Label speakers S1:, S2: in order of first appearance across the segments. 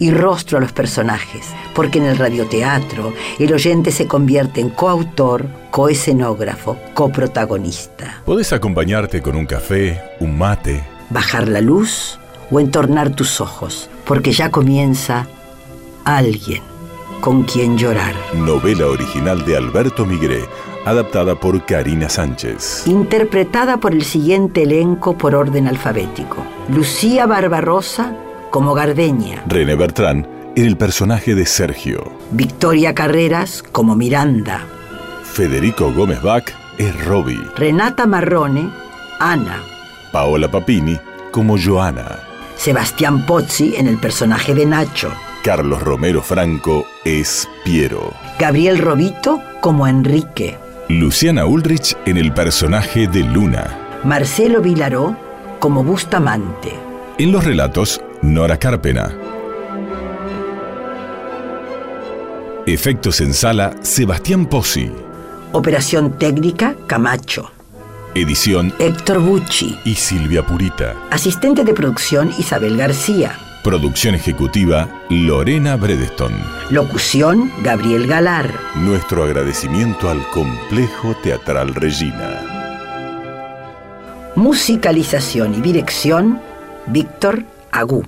S1: y rostro a los personajes, porque en el radioteatro el oyente se convierte en coautor, coescenógrafo, coprotagonista.
S2: Podés acompañarte con un café, un mate,
S1: Bajar la luz o entornar tus ojos, porque ya comienza alguien con quien llorar.
S2: novela original de Alberto Migré, adaptada por Karina Sánchez.
S1: interpretada por el siguiente elenco por orden alfabético. Lucía Barbarosa como Gardeña,
S2: René Bertrán en el personaje de Sergio.
S1: Victoria Carreras como Miranda,
S2: Federico Gómez Bach es Robbie.
S1: Renata Marrone, Ana,
S2: Paola Papini como Joana.
S1: Sebastián Pozzi en el personaje de Nacho,
S2: Carlos Romero Franco es Piero.
S1: Gabriel Robito como Enrique,
S2: Luciana Ulrich en el personaje de Luna.
S1: Marcelo Vilaró como Bustamante,
S2: En los relatos, Nora Carpena. Efectos en sala, Sebastián Pozzi.
S1: Operación Técnica Camacho,
S2: Edición
S1: Héctor Bucci,
S2: y Silvia Purita.
S1: asistente de producción Isabel García,
S2: Producción ejecutiva, Lorena Bredeston.
S1: locución Gabriel Galar.
S2: Nuestro agradecimiento al Complejo Teatral Regina.
S1: Musicalización y dirección, Víctor Agú.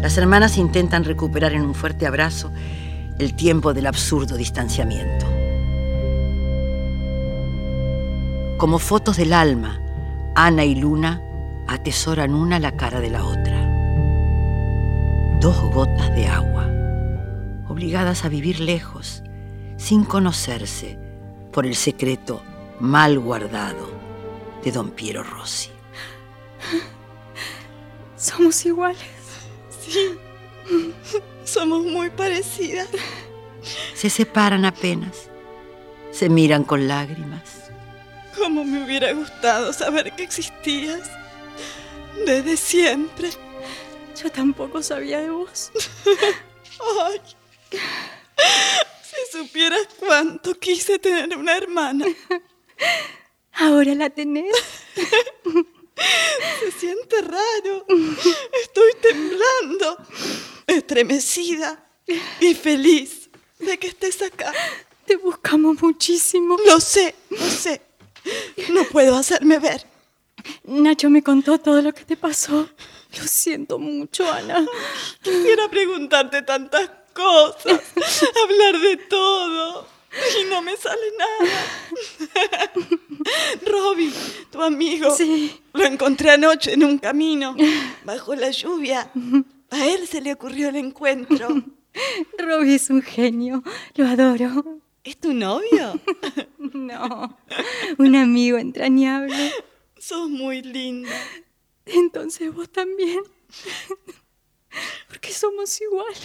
S1: Las hermanas intentan recuperar en un fuerte abrazo el tiempo del absurdo distanciamiento. Como fotos del alma, Ana y Luna atesoran una la cara de la otra. Dos gotas de agua obligadas a vivir lejos, sin conocerse, por el secreto mal guardado de don Piero Rossi.
S3: Somos iguales. Sí. Somos muy parecidas.
S1: Se separan apenas, se miran con lágrimas.
S3: Cómo me hubiera gustado saber que existías. Desde siempre. Yo tampoco sabía de vos. Ay. Si supieras cuánto quise tener una hermana.
S4: Ahora la tenés.
S3: Se siente raro. Estoy temblando, estremecida y feliz de que estés acá.
S4: Te buscamos muchísimo.
S3: Lo sé, lo sé. No puedo hacerme ver.
S4: Nacho me contó todo lo que te pasó. Lo siento mucho, Ana.
S3: Quisiera preguntarte tantas cosas, hablar de todo. Y no me sale nada. Robbie, tu amigo.
S4: Sí.
S3: Lo encontré anoche en un camino, bajo la lluvia. A él se le ocurrió el encuentro.
S4: Robbie es un genio. Lo adoro.
S3: ¿Es tu novio?
S4: No. Un amigo entrañable.
S3: Sos muy linda.
S4: Entonces vos también. Porque somos iguales.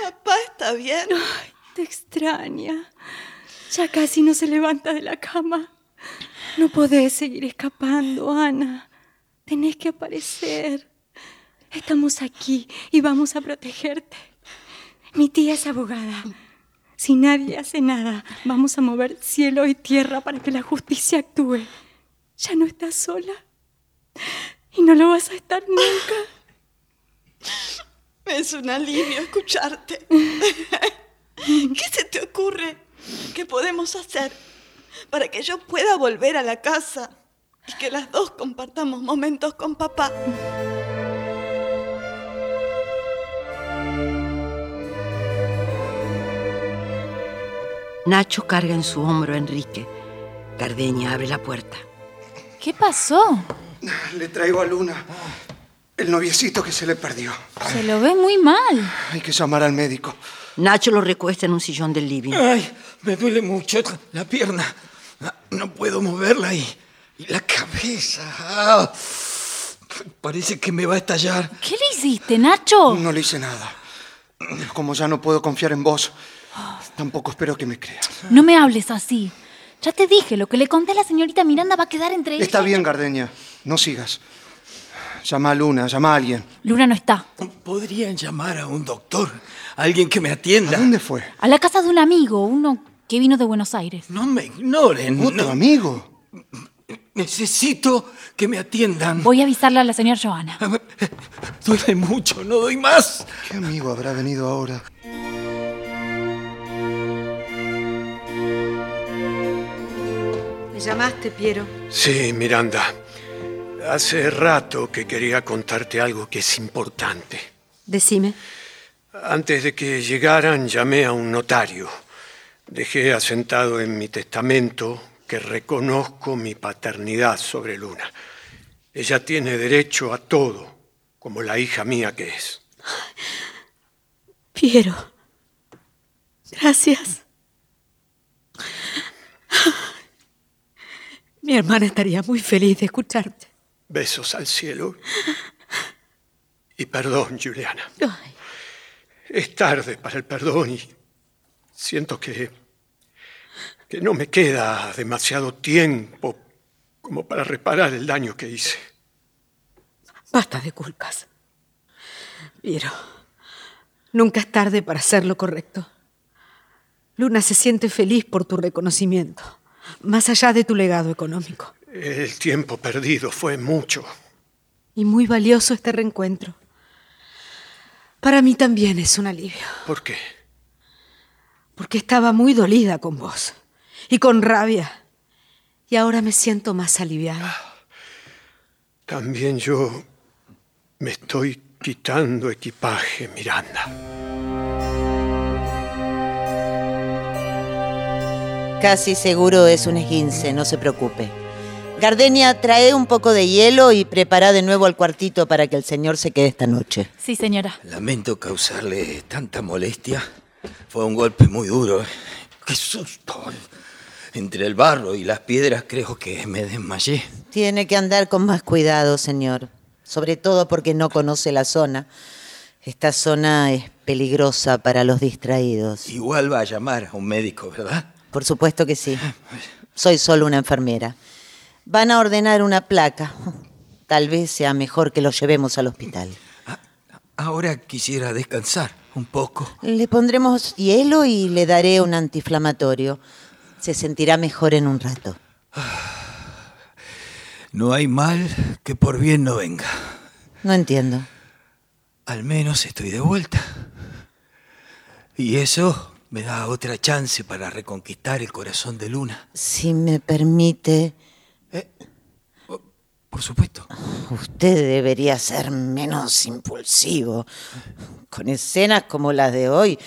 S3: Papá está bien.
S4: Ay, te extraña. Ya casi no se levanta de la cama. No podés seguir escapando, Ana. Tenés que aparecer. Estamos aquí y vamos a protegerte. Mi tía es abogada. Si nadie hace nada, vamos a mover cielo y tierra para que la justicia actúe. Ya no estás sola. Y no lo vas a estar nunca.
S3: Es un alivio escucharte. ¿Qué se te ocurre que podemos hacer para que yo pueda volver a la casa y que las dos compartamos momentos con papá?
S1: Nacho carga en su hombro a Enrique. Gardeña abre la puerta.
S5: ¿Qué pasó?
S6: Le traigo a Luna el noviecito que se le perdió.
S5: Se lo ve muy mal.
S6: Hay que llamar al médico.
S1: Nacho lo recuesta en un sillón del living.
S7: Ay, me duele mucho la pierna. No puedo moverla y
S6: Y la cabeza. ah, parece que me va a estallar.
S8: ¿Qué le hiciste, Nacho?
S6: No le hice nada. Como ya no puedo confiar en vos, tampoco espero que me creas.
S8: No me hables así. Ya te dije, lo que le conté a la señorita Miranda va a quedar entre ellos.
S6: Está bien, Gardeña. No sigas. Llama a Luna, llama a alguien.
S8: Luna no está.
S7: Podrían llamar a un doctor, a alguien que me
S6: ¿A
S7: atienda.
S6: dónde fue?
S8: A la casa de un amigo, uno que vino de Buenos Aires.
S7: No me ignoren.
S6: Otro
S7: no.
S6: amigo.
S7: Necesito que me atiendan.
S8: Voy a avisarle a la señora Joana.
S7: Duele mucho, no doy más.
S6: ¿Qué amigo habrá venido ahora?
S9: Me llamaste, Piero.
S5: Sí, Miranda. Hace rato que quería contarte algo que es importante.
S9: Decime.
S5: Antes de que llegaran llamé a un notario. Dejé asentado en mi testamento que reconozco mi paternidad sobre Luna. Ella tiene derecho a todo, como la hija mía que es.
S10: Piero. Gracias.
S9: Mi hermana estaría muy feliz de escucharte.
S5: Besos al cielo. Y perdón, Juliana.
S9: Ay,
S5: Es tarde para el perdón y siento que, que no me queda demasiado tiempo como para reparar el daño que hice.
S9: basta de culpas. Piero, nunca es tarde para hacer lo correcto. Luna se siente feliz por tu reconocimiento, más allá de tu legado económico.
S5: El tiempo perdido fue mucho.
S9: Y muy valioso este reencuentro. Para mí también es un alivio.
S5: ¿Por qué?
S9: porque estaba muy dolida con vos y con rabia. Y ahora me siento más aliviada.
S5: También yo me estoy quitando equipaje, Miranda.
S11: Casi seguro es un esguince, no se preocupe. Gardenia, trae un poco de hielo y prepara de nuevo al cuartito para que el señor se quede esta noche.
S8: Sí, señora.
S7: Lamento causarle tanta molestia. Fue un golpe muy duro. ¿eh? ¡Qué susto! Entre el barro y las piedras creo que me desmayé.
S11: Tiene que andar con más cuidado, señor. Sobre todo porque no conoce la zona. Esta zona es peligrosa para los distraídos.
S7: Igual va a llamar a un médico, ¿verdad?
S11: Por supuesto que sí. Soy solo una enfermera. Van a ordenar una placa. Tal vez sea mejor que lo llevemos al hospital.
S7: A- Ahora quisiera descansar un poco.
S11: Le pondremos hielo y le daré un antiinflamatorio. Se sentirá mejor en un rato.
S7: No hay mal que por bien no venga.
S11: No entiendo.
S7: Al menos estoy de vuelta. Y eso me da otra chance para reconquistar el corazón de Luna.
S11: Si me permite,
S7: Eh, oh, Por supuesto.
S11: usted debería ser menos impulsivo. Con escenas como las de hoy,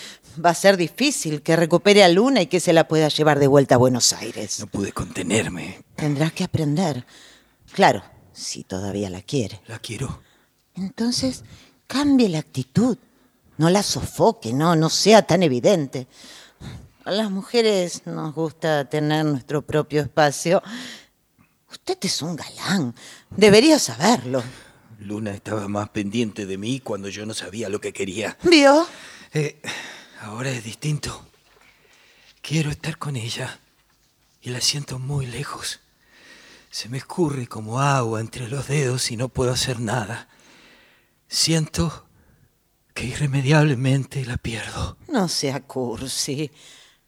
S11: va a ser difícil que recupere a Luna y que se la pueda llevar de vuelta a Buenos Aires.
S7: No pude contenerme.
S11: Tendrás que aprender. Claro, si todavía la quiere.
S7: La quiero.
S11: Entonces, cambie la actitud. No la sofoque, no, no sea tan evidente. A las mujeres nos gusta tener nuestro propio espacio. Usted es un galán. Debería saberlo.
S7: Luna estaba más pendiente de mí cuando yo no sabía lo que quería.
S11: ¿Vio?
S7: Eh, ahora es distinto. Quiero estar con ella. Y la siento muy lejos. Se me escurre como agua entre los dedos y no puedo hacer nada. Siento que irremediablemente la pierdo.
S11: No sea cursi.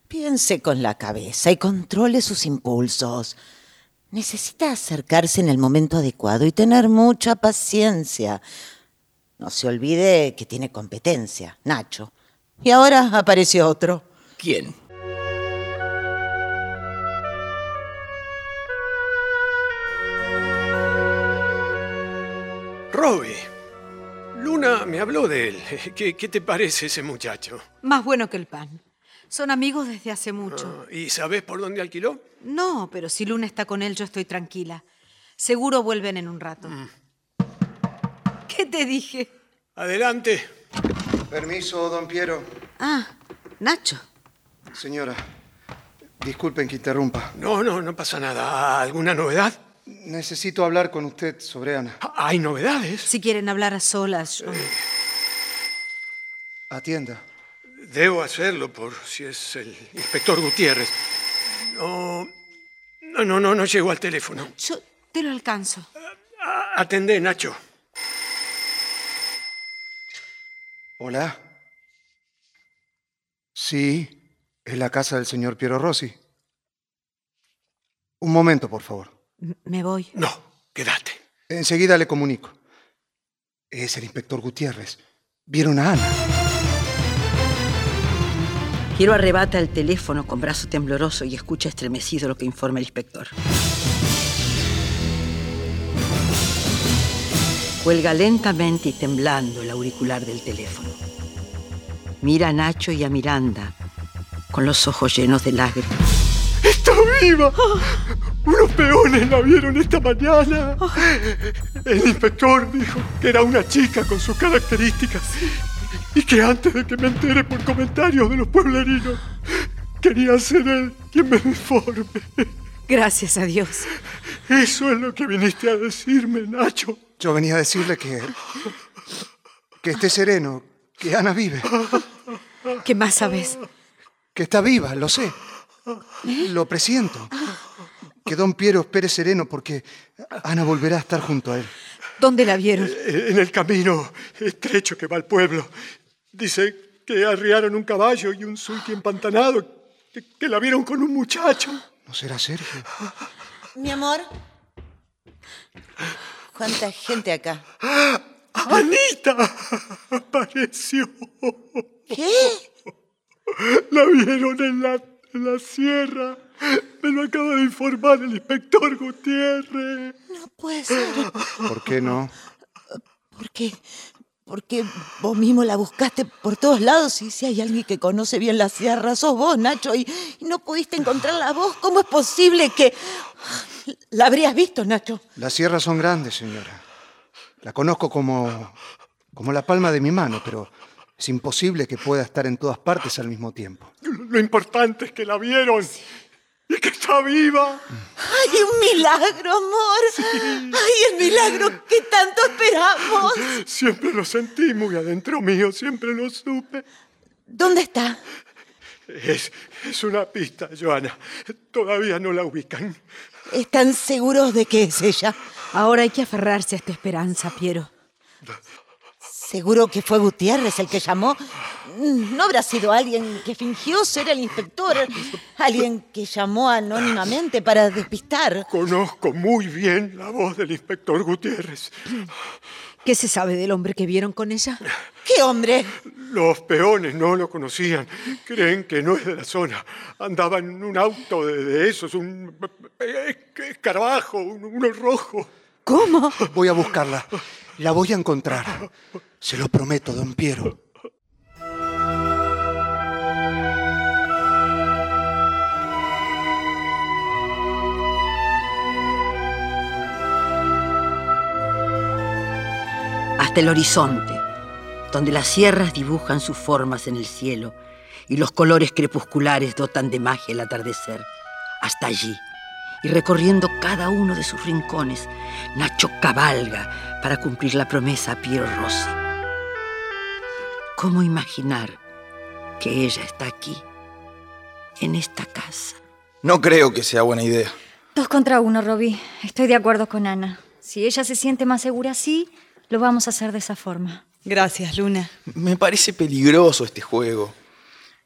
S11: Piense con la cabeza y controle sus impulsos. Necesita acercarse en el momento adecuado y tener mucha paciencia. No se olvide que tiene competencia, Nacho. Y ahora apareció otro.
S7: ¿Quién?
S5: Robbie, Luna me habló de él. ¿Qué, qué te parece ese muchacho?
S9: Más bueno que el pan. Son amigos desde hace mucho.
S5: Ah, ¿Y sabes por dónde alquiló?
S9: No, pero si Luna está con él, yo estoy tranquila. Seguro vuelven en un rato. ¿Qué te dije?
S5: Adelante.
S6: Permiso, don Piero.
S9: Ah, Nacho.
S6: Señora, disculpen que interrumpa.
S12: ¿Ah,
S5: No, no, no pasa nada. ¿Alguna novedad?
S6: Necesito hablar con usted sobre Ana.
S12: ¿Hay novedades?
S9: Si quieren hablar a solas, yo-
S6: Atienda.
S12: Debo hacerlo por si es el inspector Gutiérrez. No, no, no, no, no llego al teléfono.
S9: yo te lo alcanzo.
S12: A- Atendé, Nacho.
S6: Hola. Sí, es la casa del señor Piero Rossi. Un momento, por favor.
S9: M- Me voy.
S12: No, quédate.
S6: Enseguida le comunico. Es el inspector Gutiérrez. Vieron a Ana.
S1: Quiero arrebata el teléfono con brazo tembloroso y escucha estremecido lo que informa el inspector. Cuelga lentamente y temblando el auricular del teléfono. Mira a Nacho y a Miranda con los ojos llenos de lágrimas.
S12: ¡Está viva! Unos peones la vieron esta mañana. El inspector dijo que era una chica con sus características y que antes de que me entere por comentarios de los pueblerinos, quería ser él quien me informe.
S9: Gracias a Dios.
S12: Eso es lo que viniste a decirme, Nacho.
S6: Yo venía a decirle que. que esté sereno, que Ana vive,
S9: ¿Qué más sabes? ¿Eh?
S6: que está viva, lo sé. Lo presiento.
S9: Ah,
S6: Que don Piero espere sereno porque Ana volverá a estar junto a él.
S9: ¿Dónde la vieron?
S12: Eh, En el camino estrecho que va al pueblo. Dice que arriaron un caballo y un sulky empantanado, que, que la vieron con un muchacho.
S6: ¿No será Sergio?
S11: Mi amor. ¿Cuánta gente acá?
S12: ¡Anita! Apareció.
S11: ¿Qué?
S12: La vieron en la, en la sierra. Me lo acaba de informar el inspector Gutiérrez.
S11: No puede ser.
S6: ¿Por qué no?
S11: ¿Por qué? Porque vos mismo la buscaste por todos lados y si hay alguien que conoce bien la sierra, sos vos, Nacho, y, y no pudiste encontrarla vos. ¿Cómo es posible que la habrías visto, Nacho?
S6: Las sierras son grandes, señora. La conozco como. como la palma de mi mano, pero es imposible que pueda estar en todas partes al mismo tiempo.
S12: Lo importante es que la vieron y que está viva.
S11: ¡Ay, un milagro, amor! ¡Ay, el milagro que tanto esperamos!
S12: Siempre lo sentí muy adentro mío, siempre lo supe.
S11: ¿Dónde está?
S12: Es, es una pista, Joana. Todavía no la ubican.
S11: ¿Están seguros de que es ella?
S9: Ahora hay que aferrarse a este esta esperanza, Piero.
S11: ¿Seguro que fue Gutiérrez el que llamó? ¿No habrá sido alguien que fingió ser el inspector? ¿Alguien que llamó anónimamente para despistar?
S12: Conozco muy bien la voz del inspector Gutiérrez.
S9: ¿Qué se sabe del hombre que vieron con ella?
S11: ¿Qué hombre?
S12: Los peones no lo conocían. Creen que no es de la zona. Andaba en un auto de, de esos, un eh, escarabajo, un- uno rojo.
S9: ¿Cómo?
S6: Voy a buscarla. La voy a encontrar. Se lo prometo, don Piero.
S1: Hasta el horizonte, donde las sierras dibujan sus formas en el cielo y los colores crepusculares dotan de magia el atardecer. Hasta allí, y recorriendo cada uno de sus rincones, Nacho cabalga para cumplir la promesa a Piero Rossi. ¿Cómo imaginar que ella está aquí, en esta casa?
S13: No creo que sea buena idea.
S5: Dos contra uno, Robbie. Estoy de acuerdo con Ana. Si ella se siente más segura así, lo vamos a hacer de esa forma.
S13: Gracias, Luna. Me parece peligroso este juego.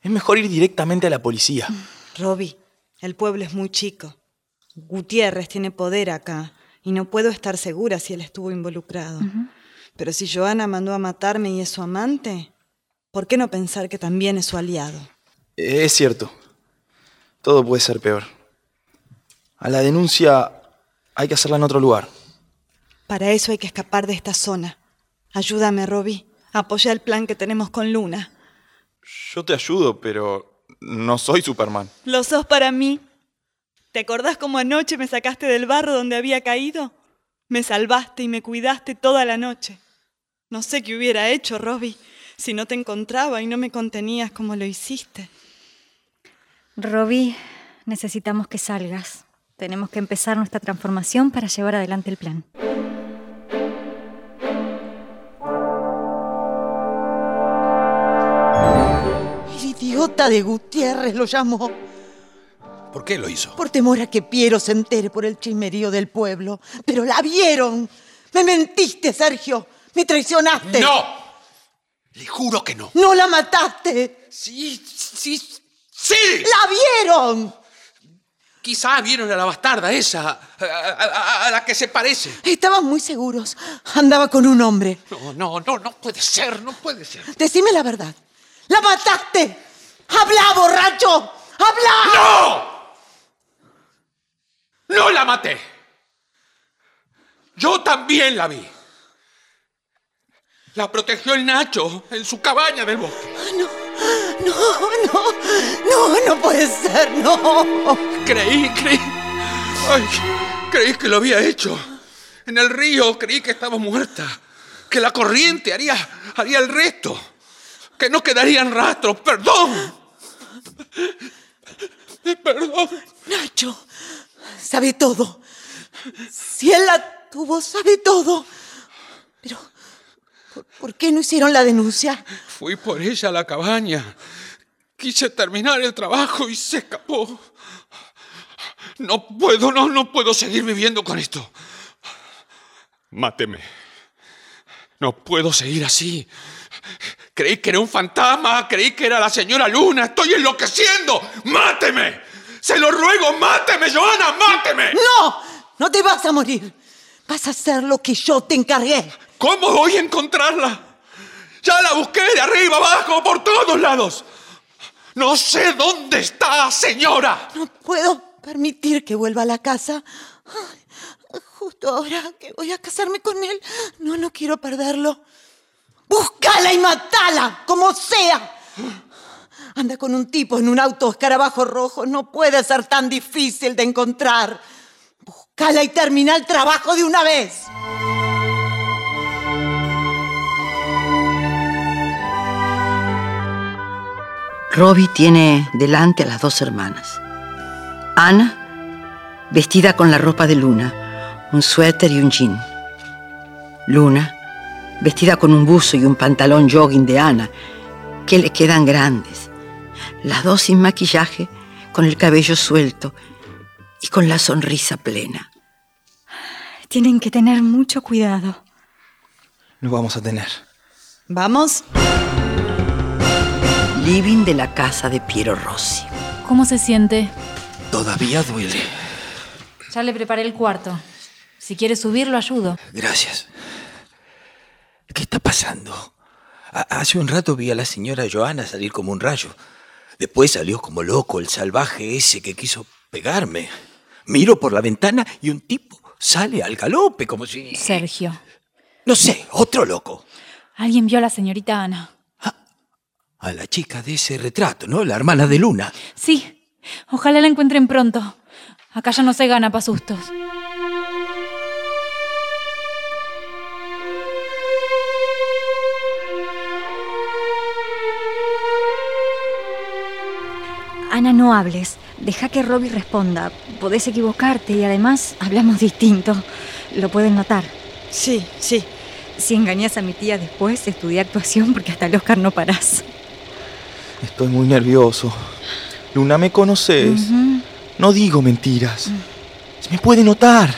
S13: Es mejor ir directamente a la policía.
S14: Robbie, el pueblo es muy chico. Gutiérrez tiene poder acá y no puedo estar segura si él estuvo involucrado. Pero si Joana mandó a matarme y es su amante, ¿por qué no pensar que también es su aliado?
S13: Eh, Es cierto. Todo puede ser peor. A la denuncia hay que hacerla en otro lugar.
S14: Para eso hay que escapar de esta zona. Ayúdame, Robbie. Apoya el plan que tenemos con Luna.
S13: Yo te ayudo, pero no soy Superman.
S14: Lo sos para mí. ¿Te acordás cómo anoche me sacaste del barro donde había caído? Me salvaste y me cuidaste toda la noche. No sé qué hubiera hecho, Robbie, si no te encontraba y no me contenías como lo hiciste.
S5: Robbie, necesitamos que salgas.
S4: Tenemos que empezar nuestra transformación para llevar adelante el plan.
S15: El idiota de Gutiérrez lo llamó
S16: ¿Por qué lo hizo?
S15: por temor a que Piero se entere por el chimerío del pueblo. Pero la vieron. Me mentiste, Sergio. Me traicionaste.
S16: ¡No! Le juro que no.
S15: No la mataste.
S16: Sí, sí, sí.
S15: La vieron.
S16: Quizá vieron a la bastarda esa, a, a- a- a la que se parece.
S15: Estaban muy seguros. Andaba con un hombre.
S16: No, no, no, no puede ser, no puede ser.
S15: Decime la verdad. La mataste. Habla, borracho. Habla.
S16: ¡No! ¡No la maté! Yo también la vi. La protegió el Nacho en su cabaña del bosque.
S15: No, no, no, no puede ser, no.
S16: Creí, creí. Ay, creí que lo había hecho. En el río creí que estaba muerta. Que la corriente haría, haría el resto. Que no quedarían rastros. ¡Perdón! Perdón.
S15: Nacho, sabe todo. Si él la tuvo, sabe todo. Pero, ¿por, por qué no hicieron la denuncia?
S16: Fui por ella a la cabaña. Quise terminar el trabajo y se escapó. No puedo, no, no puedo seguir viviendo con esto. Máteme. No puedo seguir así. Creí que era un fantasma, creí que era la señora Luna. Estoy enloqueciendo. ¡Máteme! Se lo ruego, máteme, Joana, máteme.
S15: No, no te vas a morir. Vas a hacer lo que yo te encargué.
S16: ¿Cómo voy a encontrarla? Ya la busqué de arriba, abajo, por todos lados. No sé dónde está, señora.
S15: No puedo permitir que vuelva a la casa. Ay, Justo ahora que voy a casarme con él. No, no quiero perderlo. ¡Búscala y matala! ¡Como sea! Anda con un tipo en un auto escarabajo rojo. No puede ser tan difícil de encontrar. Búscala y termina el trabajo de una vez.
S1: Robbie tiene delante a las dos hermanas. Ana, vestida con la ropa de Luna, un suéter y un jean. Luna, vestida con un buzo y un pantalón jogging de Ana, que le quedan grandes. Las dos sin maquillaje, con el cabello suelto y con la sonrisa plena.
S17: Tienen que tener mucho cuidado.
S13: Lo vamos a tener.
S1: ¿Vamos? Living de la casa de Piero Rossi.
S8: ¿Cómo se siente?
S7: Todavía duele.
S8: Ya le preparé el cuarto. Si quiere subir, lo ayudo.
S7: Gracias. ¿Qué está pasando? Ha- Hace un rato vi a la señora Joana salir como un rayo. Después salió como loco el salvaje ese que quiso pegarme. Miro por la ventana y un tipo sale al galope como si...
S8: Sergio,
S7: No sé, otro loco.
S8: alguien vio a la señorita Ana.
S7: A la chica de ese retrato, ¿no? La hermana de Luna.
S8: Sí, ojalá la encuentren pronto. Acá ya no se gana pa' sustos.
S4: Ana, no hables. Deja que Robbie responda. Podés equivocarte y además hablamos distinto. Lo pueden notar.
S14: Sí, sí.
S4: Si engañas a mi tía después, estudié actuación porque hasta el Oscar no parás.
S13: Estoy muy nervioso. Luna, me conoces.
S4: Ujú.
S13: No digo mentiras. Se me puede notar.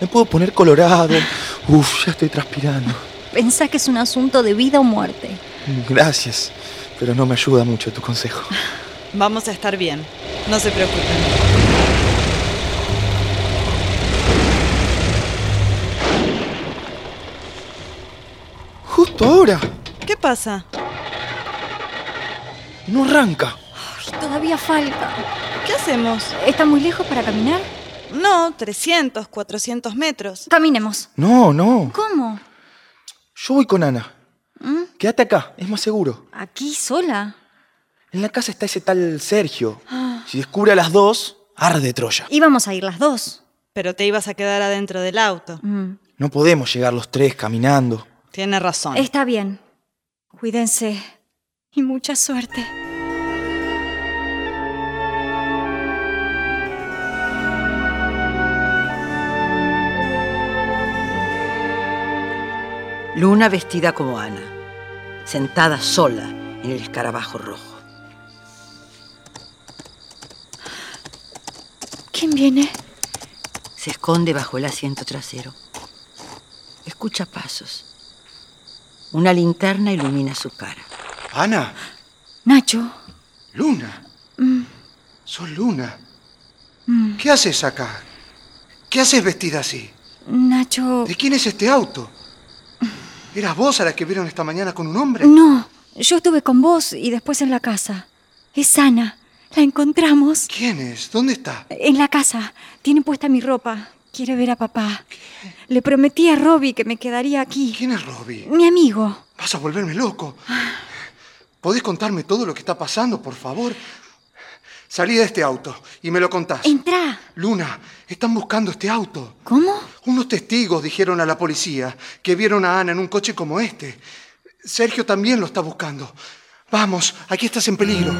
S13: Me puedo poner colorado. Uf, ya estoy transpirando.
S4: Pensá que es un asunto de vida o muerte.
S13: Gracias, pero no me ayuda mucho tu consejo.
S14: Vamos a estar bien. No se preocupen.
S13: Justo ahora.
S14: ¿Qué pasa?
S13: No arranca.
S4: Todavía falta.
S14: ¿Qué hacemos?
S4: ¿Está muy lejos para caminar?
S14: No, 300, 400 metros.
S4: Caminemos.
S13: No, no.
S4: ¿Cómo?
S13: Yo voy con Ana.
S4: ¿Mm?
S13: Quédate acá, es más seguro.
S4: ¿Aquí sola?
S13: En la casa está ese tal Sergio.
S14: Ah.
S13: Si descubre a las dos, arde Troya.
S4: Íbamos a ir las dos. Mm.
S14: Pero te ibas a quedar adentro del auto.
S13: No podemos llegar los tres caminando.
S14: Tiene razón.
S4: Está bien. Cuídense. Y mucha suerte.
S1: Luna vestida como Ana, sentada sola en el escarabajo rojo.
S4: ¿Quién viene?
S1: Se esconde bajo el asiento trasero. Escucha pasos. Una linterna ilumina su cara.
S6: Ana,
S4: Nacho.
S6: Luna,
S4: Mm,
S6: sos Luna.
S4: mm.
S6: ¿Qué haces acá? ¿Qué haces vestida así?
S4: Nacho.
S6: ¿De quién es este auto? ¿Eras vos a la que vieron esta mañana con un hombre?
S4: No, yo estuve con vos y después en la casa. Es Ana. La encontramos.
S6: ¿Quién es? ¿Dónde está?
S4: En la casa. Tiene puesta mi ropa. Quiere ver a papá. Le prometí a Robbie que me quedaría aquí.
S6: ¿Quién es Robbie?
S4: Mi amigo.
S6: Vas a volverme loco. ¿Podés contarme todo lo que está pasando, por favor? Salí de este auto y me lo contás.
S4: Entrá.
S6: Luna, están buscando este auto.
S4: ¿Cómo?
S6: Unos testigos dijeron a la policía que vieron a Ana en un coche como este. Sergio también lo está buscando. Vamos, aquí estás en peligro.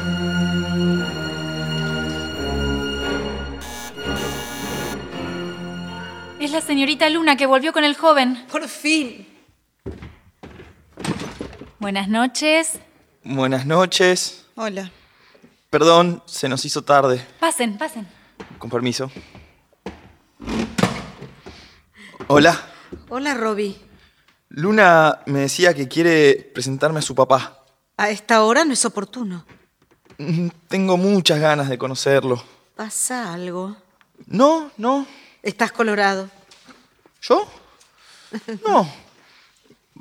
S8: Es la señorita Luna que volvió con el joven.
S9: Por fin.
S8: Buenas noches.
S13: Buenas noches.
S8: Hola.
S13: Perdón, se nos hizo tarde.
S8: Pasen, pasen.
S13: Con permiso. Hola.
S9: Hola, Robbie.
S13: Luna me decía que quiere presentarme a su papá.
S9: A esta hora no es oportuno.
S13: Mm, Tengo muchas ganas de conocerlo.
S9: ¿Pasa algo?
S13: No, no.
S9: ¿Estás colorado?
S13: ¿Yo? No.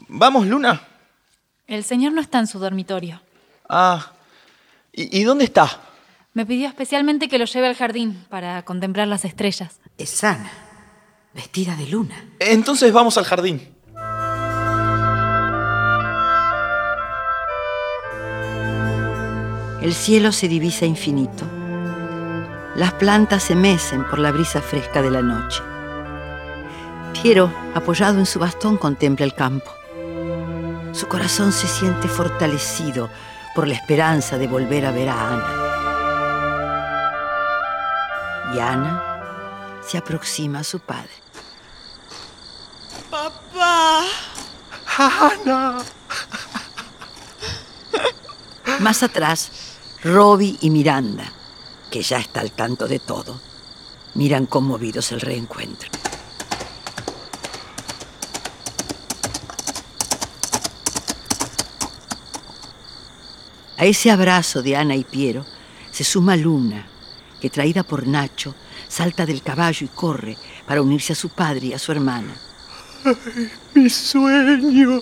S13: Vamos, Luna.
S8: El señor no está en su dormitorio.
S13: Ah. ¿Y, y dónde está?
S8: Me pidió especialmente que lo lleve al jardín para contemplar las estrellas.
S9: Es Ana, vestida de luna.
S13: Entonces vamos al jardín.
S1: El cielo se divisa infinito. Las plantas se mecen por la brisa fresca de la noche. Piero, apoyado en su bastón, contempla el campo. Su corazón se siente fortalecido por la esperanza de volver a ver a Ana. Y Ana se aproxima a su padre.
S3: Papá.
S6: Ana.
S1: Más atrás, Robbie y Miranda, que ya está al tanto de todo, miran conmovidos el reencuentro. A ese abrazo de Ana y Piero se suma Luna, que traída por Nacho, salta del caballo y corre para unirse a su padre y a su hermana.
S18: Mi sueño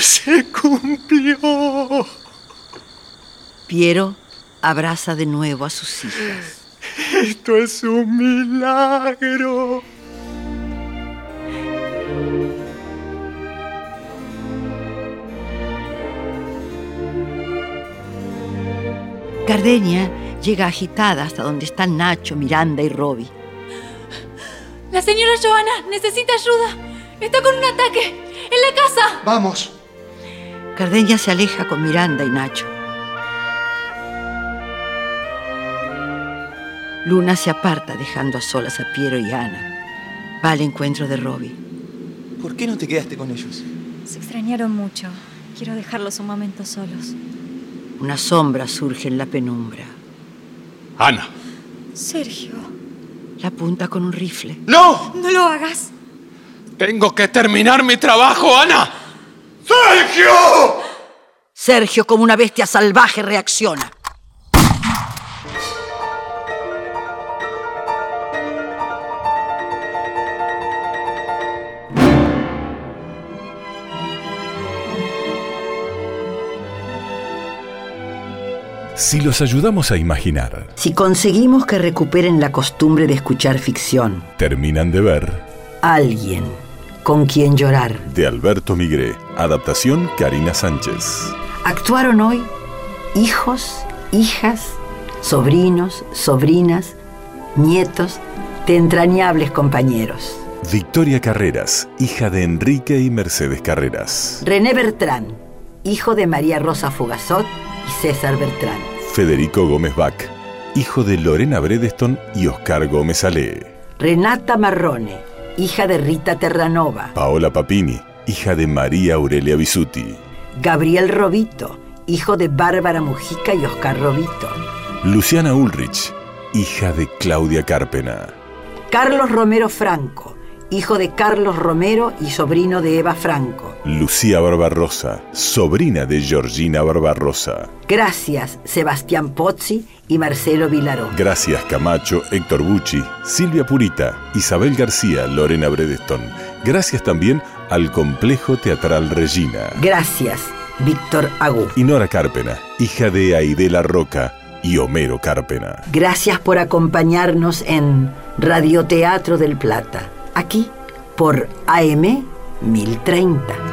S18: se cumplió.
S1: Piero abraza de nuevo a sus hijas.
S18: Esto es un milagro.
S1: Cardeña llega agitada hasta donde están Nacho, Miranda y Robbie.
S8: La señora Joana necesita ayuda. Está con un ataque. En la casa.
S6: Vamos.
S1: Cardeña se aleja con Miranda y Nacho. Luna se aparta dejando a solas a Piero y Ana. Va al encuentro de Robbie.
S13: ¿Por qué no te quedaste con ellos?
S4: Se extrañaron mucho. Quiero dejarlos un momento solos.
S1: Una sombra surge en la penumbra.
S2: Ana.
S4: Sergio,
S1: La apunta con un rifle.
S16: ¡No!
S4: no lo hagas.
S16: Tengo que terminar mi trabajo, Ana. ¡Sergio!
S1: Sergio, como una bestia salvaje, reacciona.
S2: Si los ayudamos a imaginar,
S1: Si conseguimos que recuperen la costumbre de escuchar ficción,
S2: terminan de ver.
S1: alguien con quien llorar.
S2: De Alberto Migré. Adaptación Karina Sánchez.
S1: Actuaron hoy hijos, hijas, sobrinos, sobrinas, nietos de entrañables compañeros.
S2: Victoria Carreras, hija de Enrique y Mercedes Carreras.
S1: René Bertrán, hijo de María Rosa Fugazot y César Bertrán.
S2: Federico Gómez Bach, hijo de Lorena Bredeston y Oscar Gómez Ale.
S1: Renata Marrone, hija de Rita Terranova.
S2: Paola Papini, hija de María Aurelia Bisuti,
S1: Gabriel Robito, hijo de Bárbara Mujica y Oscar Robito.
S2: Luciana Ulrich, hija de Claudia Cárpena,
S1: Carlos Romero Franco, hijo de Carlos Romero y sobrino de Eva Franco.
S2: Lucía Barbarrosa, sobrina de Georgina Barbarrosa,
S1: Gracias, Sebastián Pozzi y Marcelo Vilaró.
S2: Gracias Camacho, Héctor Bucci, Silvia Purita, Isabel García, Lorena Bredeston. Gracias también al Complejo Teatral Regina.
S1: Gracias, Víctor Agú.
S2: Y Nora Cárpena, hija de Aidela Roca y Homero Cárpena.
S1: Gracias por acompañarnos en Radioteatro del Plata, aquí por AM 1030.